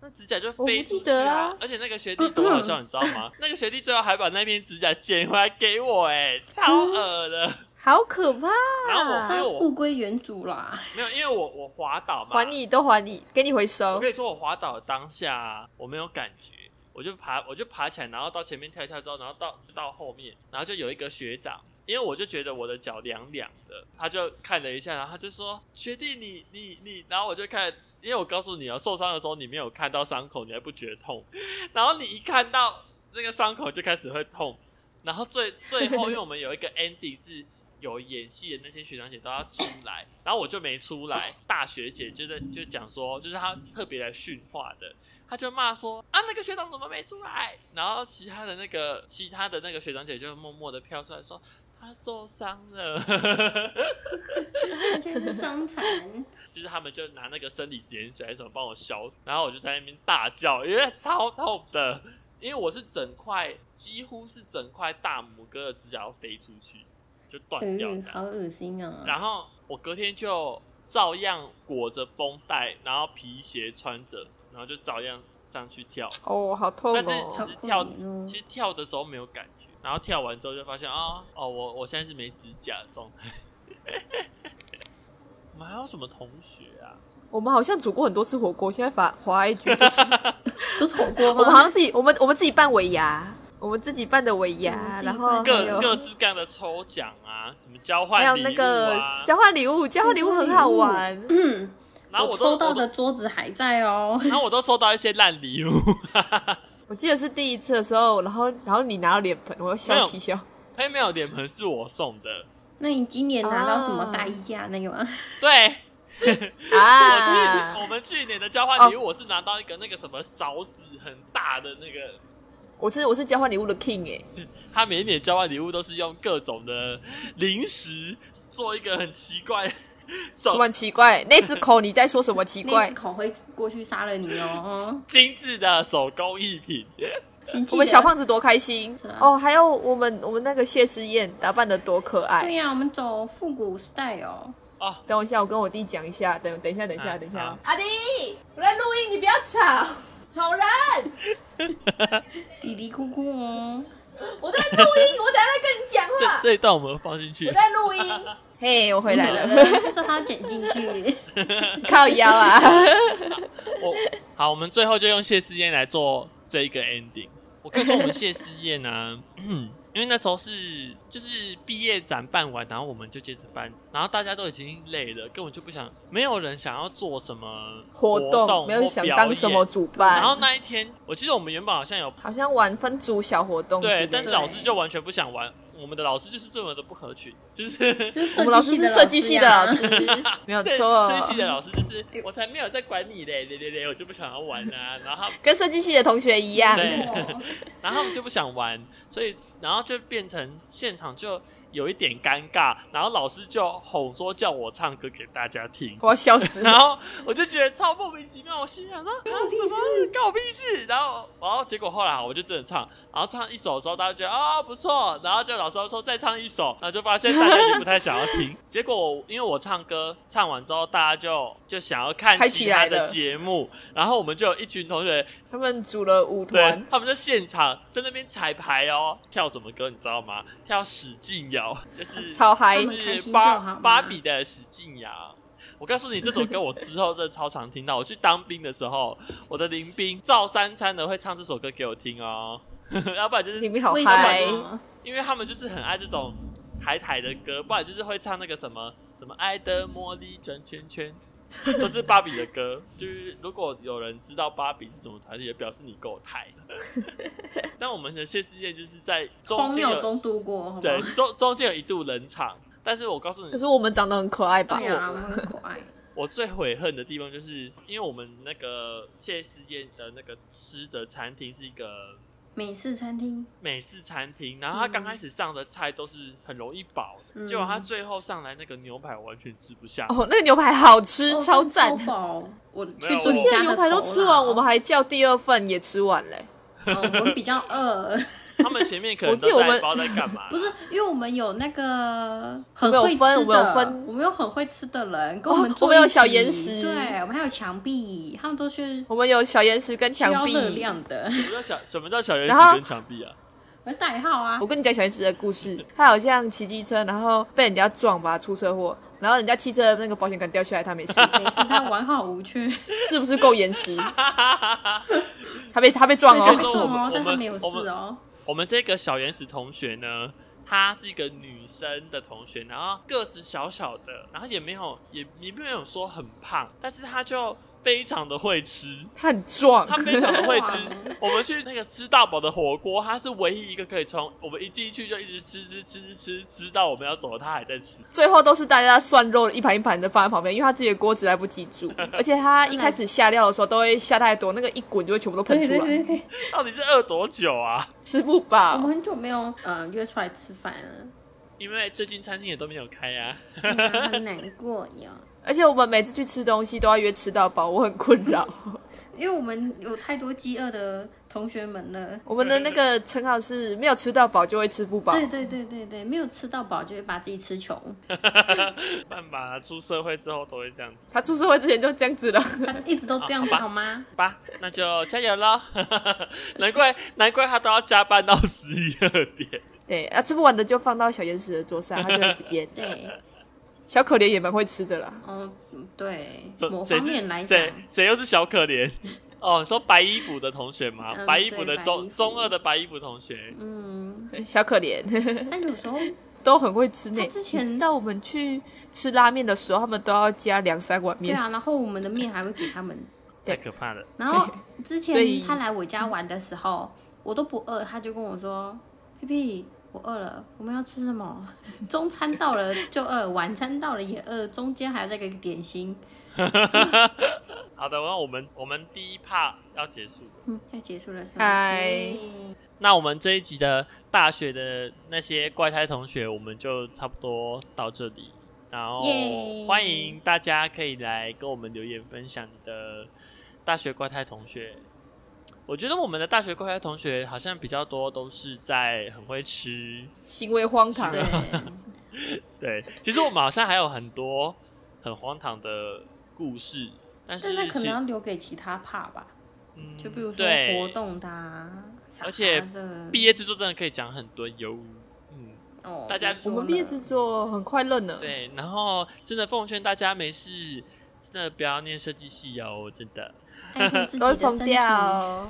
Speaker 1: 那指甲就飞出
Speaker 2: 我不记
Speaker 1: 去
Speaker 2: 得
Speaker 1: 啊！
Speaker 2: 啊
Speaker 1: 而且那个学弟多好笑，你知道吗？那个学弟最后还把那片指甲捡回来给我、哎，超恶的。
Speaker 2: 好可怕！
Speaker 1: 然后我因为
Speaker 3: 他
Speaker 1: 我
Speaker 3: 物归原 主啦。
Speaker 1: 没有，因为我我滑倒嘛，
Speaker 2: 啊还你哦都还你，给你回
Speaker 1: 我
Speaker 2: 收
Speaker 1: 可。以说我滑倒的当下我没有感觉，我就爬我就爬起来，然后到前面跳一跳之后，然后到到后面，然后就有一个学长，因为我就觉得我的脚凉凉的，他就看了一下，然后他就说：“学弟你你你。”然后我就看。因为我告诉你哦，受伤的时候你没有看到伤口，你还不觉得痛， 然后你一看到那个伤口就开始会痛，然后最 最后，因为我们有一个 ending 是有演戏的那些学长姐都要出来，然后我就没出来。大学姐就在就讲说，就是她特别来训话的，她就骂说啊那个学长怎么没出来？然后其他的那个其他的那个学长姐就默默的飘出来说她受伤了，
Speaker 3: 人家是伤残，
Speaker 1: 就是他们就拿那个生理盐水还是什么帮我消，然后我就在那边大叫，因为超痛的，因为我是整块几乎是整块大拇哥的指甲要飞出去，就断掉
Speaker 3: 嗯，
Speaker 1: 的。
Speaker 3: 好恶心啊！
Speaker 1: 然后我隔天就照样裹着绷带，然后皮鞋穿着，然后就照样上去跳。
Speaker 2: 哦，好痛
Speaker 1: 但是其
Speaker 2: 哦！
Speaker 1: 实跳
Speaker 3: 好可怜哦，
Speaker 1: 其实跳的时候没有感觉，然后跳完之后就发现，哦哦，我我现在是没指甲的状态。 我们还有什么同学啊？
Speaker 2: 我们好像煮过很多次火锅，现在发滑 IG 都是。
Speaker 3: 都是火锅
Speaker 2: 我们好
Speaker 3: 吗？
Speaker 2: 像自己，我们我们自己办尾牙，我们自己办的尾
Speaker 3: 我们
Speaker 2: 牙，
Speaker 3: 嗯自己
Speaker 2: 然后
Speaker 3: 办
Speaker 2: 还
Speaker 1: 各
Speaker 2: 有
Speaker 1: 各式各样的抽奖啊，怎么交换
Speaker 2: 还有
Speaker 1: 礼物啊？
Speaker 2: 那个交换礼物，交换礼物很好玩。
Speaker 3: 嗯，
Speaker 1: 然后
Speaker 3: 我
Speaker 1: 都
Speaker 3: 抽到
Speaker 1: 我都
Speaker 3: 的桌子还在哦。
Speaker 1: 然后我都收到一些烂礼物。
Speaker 2: 我记得是第一次的时候，然后然后你拿到脸盆，我要
Speaker 1: 没
Speaker 2: 笑
Speaker 1: 有
Speaker 2: 皮笑。
Speaker 1: 黑没有脸盆是我送的，
Speaker 3: 那你今年拿到什么大衣
Speaker 2: 哦
Speaker 3: 架那个吗？
Speaker 1: 对， 我
Speaker 2: 啊
Speaker 1: 去，！我们去年的交
Speaker 2: 哦
Speaker 1: 换礼物，我是拿到一个那个什么勺子很大的那个。
Speaker 2: 我是我是交换礼物的 king 哎、
Speaker 1: 他每一年交换礼物都是用各种的零食做一个很奇怪的
Speaker 2: 什
Speaker 1: 手
Speaker 2: 么很奇怪？那只口你在说什么奇
Speaker 3: 那一
Speaker 2: 怪
Speaker 3: 只？口会过去杀了你 哦。
Speaker 1: 精致的手工艺品。
Speaker 3: 亲戚，
Speaker 2: 我们小胖子多开心
Speaker 3: 是啊
Speaker 2: 哦！还有我们我们那个谢师宴打扮的多可
Speaker 3: 对
Speaker 2: 爱。
Speaker 3: 呀、我们走复古 style。
Speaker 1: 哦，
Speaker 2: 等我一下，我跟我弟讲一下。等等一下，等一下，
Speaker 1: 啊
Speaker 2: 等一下
Speaker 1: 好。
Speaker 2: 阿弟，我在录音，你不要 吵，丑人！
Speaker 3: 嘀嘀咕咕哦，
Speaker 2: 我在录音，我等下再跟你讲
Speaker 1: 这这一段我们放进去。
Speaker 2: 在录音。嘿，我回来了，
Speaker 3: 他说嗯他要剪进去，
Speaker 2: 靠腰啊！
Speaker 1: 我 好，我们最后就用谢师宴来做这一个 ending。我跟你说，我们谢师宴呢、 啊，因为那时候是就是毕业展办完，然后我们就接着办，然后大家都已经累了，根本就不想，没有人想要做什么
Speaker 2: 活
Speaker 1: 动
Speaker 2: 动没有
Speaker 1: 或
Speaker 2: 想
Speaker 1: 表
Speaker 2: 当什么
Speaker 1: 演
Speaker 2: 主办，
Speaker 1: 然后那一天，我记得我们原本好像有
Speaker 2: 好像玩分组小活动之
Speaker 1: 对，
Speaker 2: 类的，
Speaker 1: 但是老师就完全不想玩我我们的老师就是这么的不合群，就是
Speaker 3: 就是
Speaker 2: 我们老师是设计系的老
Speaker 3: 呀
Speaker 2: 师， 没有
Speaker 1: 设
Speaker 2: 错哎
Speaker 1: 设，计系的老师就是我才没有在管你嘞，嘞嘞嘞，我就不想要玩啊，然后他
Speaker 2: 跟设计系的同学一样。
Speaker 1: 对
Speaker 3: 哦
Speaker 1: 然后他们就不想玩，所以然后就变成现场就有一点尴尬，然后老师就吼说叫我唱歌给大家 听，
Speaker 2: 我要笑死
Speaker 1: 然
Speaker 2: 了！
Speaker 1: 后我就觉得超莫名其妙，我心想说啊什么干我屁事？然后然后结果后来我就真的唱，然后唱一首之后大家觉得啊、不错，然后就老师说再唱一首，然后就发现大家已经不太想要听。结果我因为我唱歌唱完之后，大家就就想要看
Speaker 2: 嗨
Speaker 1: 其
Speaker 2: 起
Speaker 1: 他
Speaker 2: 来
Speaker 1: 的
Speaker 2: 了
Speaker 1: 节目，然后我们就有一群同学
Speaker 2: 他们组了舞
Speaker 1: 对
Speaker 2: 团，，
Speaker 1: 他们就现场在那边彩排哦，跳什么歌你知道吗？跳史劲瑶， 就是
Speaker 2: 超嗨
Speaker 1: 就！
Speaker 3: 们开
Speaker 1: 是
Speaker 3: 心
Speaker 1: 芭
Speaker 3: 就好嘛
Speaker 1: 芭比的史劲瑶。我告诉你，这首歌我之后真的超常听到。我去当兵的时候，我的林兵照三餐的会唱这首歌给我听哦， 要不然就是
Speaker 2: 里面好
Speaker 3: 为
Speaker 2: 嗨
Speaker 3: 什，么？
Speaker 1: 因为他们就是很爱这种台台的歌，不然就是会唱那个什么什么爱的魔力转圈 圈，都是芭比的歌。就是如果有人知道芭比是什么团体，也表示你够 台。但我们的谢世界就是在中
Speaker 3: 荒
Speaker 1: 间
Speaker 3: 谬
Speaker 1: 有
Speaker 3: 中度过，好不好
Speaker 1: 对？中中间有一度冷场，但是我告诉你
Speaker 2: 可，是我们长得很可爱吧
Speaker 3: 对？啊，我们很可爱。
Speaker 1: 我最悔恨的地方就是因为我们那个谢世界的那个吃的餐厅是一个
Speaker 3: 美式餐厅，
Speaker 1: 美式餐厅，然后他
Speaker 2: 嗯
Speaker 1: 刚开始上的菜都是很容易饱的，
Speaker 3: 嗯
Speaker 1: 结果他最后上来那个牛排我完全吃不下。
Speaker 2: 哦，那个牛排好吃，
Speaker 3: 哦
Speaker 2: 超赞！
Speaker 3: 超饱！我去
Speaker 1: 没有
Speaker 3: 住你
Speaker 1: 我
Speaker 2: 现在
Speaker 3: 家的
Speaker 2: 牛排都
Speaker 3: 酬
Speaker 2: 吃
Speaker 3: 劳
Speaker 2: 完，我们还叫第二份也吃完嘞。
Speaker 3: 哦我们比较饿，
Speaker 1: 他们前面可能
Speaker 2: 我记
Speaker 1: 都
Speaker 2: 得
Speaker 1: 在
Speaker 2: 我
Speaker 1: 不知
Speaker 2: 们
Speaker 1: 道在干嘛，
Speaker 3: 不是因为我们有那个很
Speaker 2: 我们有
Speaker 3: 会吃的，
Speaker 2: 分我们有分
Speaker 3: 我们有很会吃的人跟我们
Speaker 2: 哦
Speaker 3: 坐
Speaker 2: 我们有
Speaker 3: 一起
Speaker 2: 小岩石
Speaker 3: 对我们还有墙壁，他们都是
Speaker 2: 我们有小岩石跟
Speaker 3: 需要
Speaker 2: 墙
Speaker 3: 热
Speaker 2: 壁。
Speaker 3: 量的，
Speaker 1: 什么叫小什么叫小圆
Speaker 2: 然
Speaker 1: 石
Speaker 2: 后
Speaker 1: 跟墙壁啊？
Speaker 3: 我们代号啊
Speaker 2: 我，跟你讲小 S 的故事，他好像骑机车，然后被人家撞吧，出车祸，然后人家汽车的那个保险杆掉下来，他没 事，
Speaker 3: 没事，他完好无缺，
Speaker 2: 是不是够严实？他被他被撞
Speaker 1: 那就
Speaker 3: 没
Speaker 2: 哦，
Speaker 1: 是
Speaker 3: 错
Speaker 1: 我们我
Speaker 3: 哦
Speaker 1: 们，
Speaker 3: 但他没有事
Speaker 1: 我们啊
Speaker 3: 哦。
Speaker 1: 我们这个小原始同学呢，她是一个女生的同学，然后个子小小的，然后也没有也也没有说很胖，但是她就非常的会吃，
Speaker 2: 他很壮，
Speaker 1: 她非常的会吃
Speaker 3: 哇。
Speaker 1: 我们去那个吃大堡的火锅，她是唯一一个可以从我们一进去就一直吃吃吃吃吃到我们要走了，她还在 吃。
Speaker 2: 最后都是大家涮肉一盘一盘的放在旁边，因为他自己的锅子来不及 煮，而且他一开始下料的时候都会下太多，那个一滚就会全部都喷
Speaker 3: 对
Speaker 2: 出
Speaker 3: 对
Speaker 2: 来，
Speaker 3: 对对，
Speaker 1: 到底是饿多久啊？
Speaker 2: 吃不
Speaker 3: 我
Speaker 2: 饱
Speaker 3: 们。很久没有呃约出来吃饭了，
Speaker 1: 因为最近餐厅也都没有开啊。
Speaker 3: 对啊很难过哟。
Speaker 2: 而且我们每次去吃东西都要约吃到饱，我很困 扰。
Speaker 3: 因为我们有太多饥饿的同学们了，
Speaker 2: 我们的那个称号是没有吃到饱就会吃不饱，
Speaker 3: 对对对对对，没有吃到饱就会把自己吃穷，
Speaker 1: 办法，出社会之后都会这样子。
Speaker 2: 他出社会之前就这样 子了。
Speaker 3: 他一直都这样 子
Speaker 1: 好吧
Speaker 3: 好吗？。
Speaker 1: 好吧，那就加油喽！ 难怪难怪他都要加班到十一二点。
Speaker 2: 对啊，吃不完的就放到小岩石的桌上，它就会不见
Speaker 3: 对，
Speaker 2: 小可怜也蛮会吃的啦，
Speaker 3: 哦，对，
Speaker 1: 这
Speaker 3: 某
Speaker 1: 谁
Speaker 3: 方
Speaker 1: 是
Speaker 3: 面来讲，
Speaker 1: 谁谁又是小可怜？ 哦，你说白衣服的同学吗？
Speaker 3: 嗯
Speaker 1: 白衣服的
Speaker 3: 对白
Speaker 1: 中
Speaker 3: 衣服
Speaker 1: 中二的白衣服同学，
Speaker 3: 嗯，
Speaker 2: 小可怜
Speaker 3: 但有时候
Speaker 2: 都很会吃呢。
Speaker 3: 他之前
Speaker 2: 你知道我们去吃拉面的时候，他们都要加两三碗
Speaker 3: 对
Speaker 2: 面。
Speaker 3: 啊，然后我们的面还会给 他们。
Speaker 1: 太
Speaker 2: 对
Speaker 1: 可怕了。
Speaker 3: 然后之
Speaker 2: 所
Speaker 3: 前
Speaker 2: 以
Speaker 3: 他来我家玩的时候，我都不饿，他就跟我说：“屁屁，我饿了，我们要吃什么？ 中餐到了就饿，晚餐到了也饿，中间还要再给个点心。
Speaker 1: 好的，那我们我们第一 part 要结束了。”
Speaker 3: 嗯，要结束了是吗？
Speaker 2: 嗨
Speaker 3: 耶
Speaker 1: 那我们这一集的大学的那些怪胎同学，我们就差不多到这里。然后
Speaker 3: 耶
Speaker 1: 欢迎大家可以来跟我们留言分享你的大学怪胎同学。我觉得我们的大学怪胎同学好像比较多都是在很会吃，
Speaker 2: 行为荒唐，啊
Speaker 3: 对，
Speaker 1: 对。其实我们好像还有很多很荒唐的故事，但
Speaker 3: 但
Speaker 1: 是
Speaker 3: 那可
Speaker 1: 其
Speaker 3: 能要留给其他怕吧，
Speaker 1: 嗯
Speaker 3: 就比如说
Speaker 1: 对
Speaker 3: 活动的、啊，啥
Speaker 1: 而且
Speaker 3: 的
Speaker 1: 毕业制作真的可以讲很多有嗯，
Speaker 3: 哦，
Speaker 1: 大家
Speaker 3: 别
Speaker 2: 我
Speaker 3: 说
Speaker 2: 们毕业
Speaker 3: 了
Speaker 2: 制作很快乐呢。
Speaker 1: 对，然后真的奉劝大家没事，真的不要念设计系哦，真的。
Speaker 3: 爱护哎自己
Speaker 2: 都会
Speaker 3: 的身
Speaker 2: 疯
Speaker 3: 体。
Speaker 2: 掉。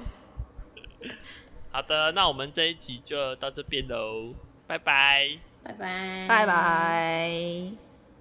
Speaker 1: 好的，那我们这一集就到这边喽，拜拜。
Speaker 3: 拜拜，
Speaker 2: 拜。拜。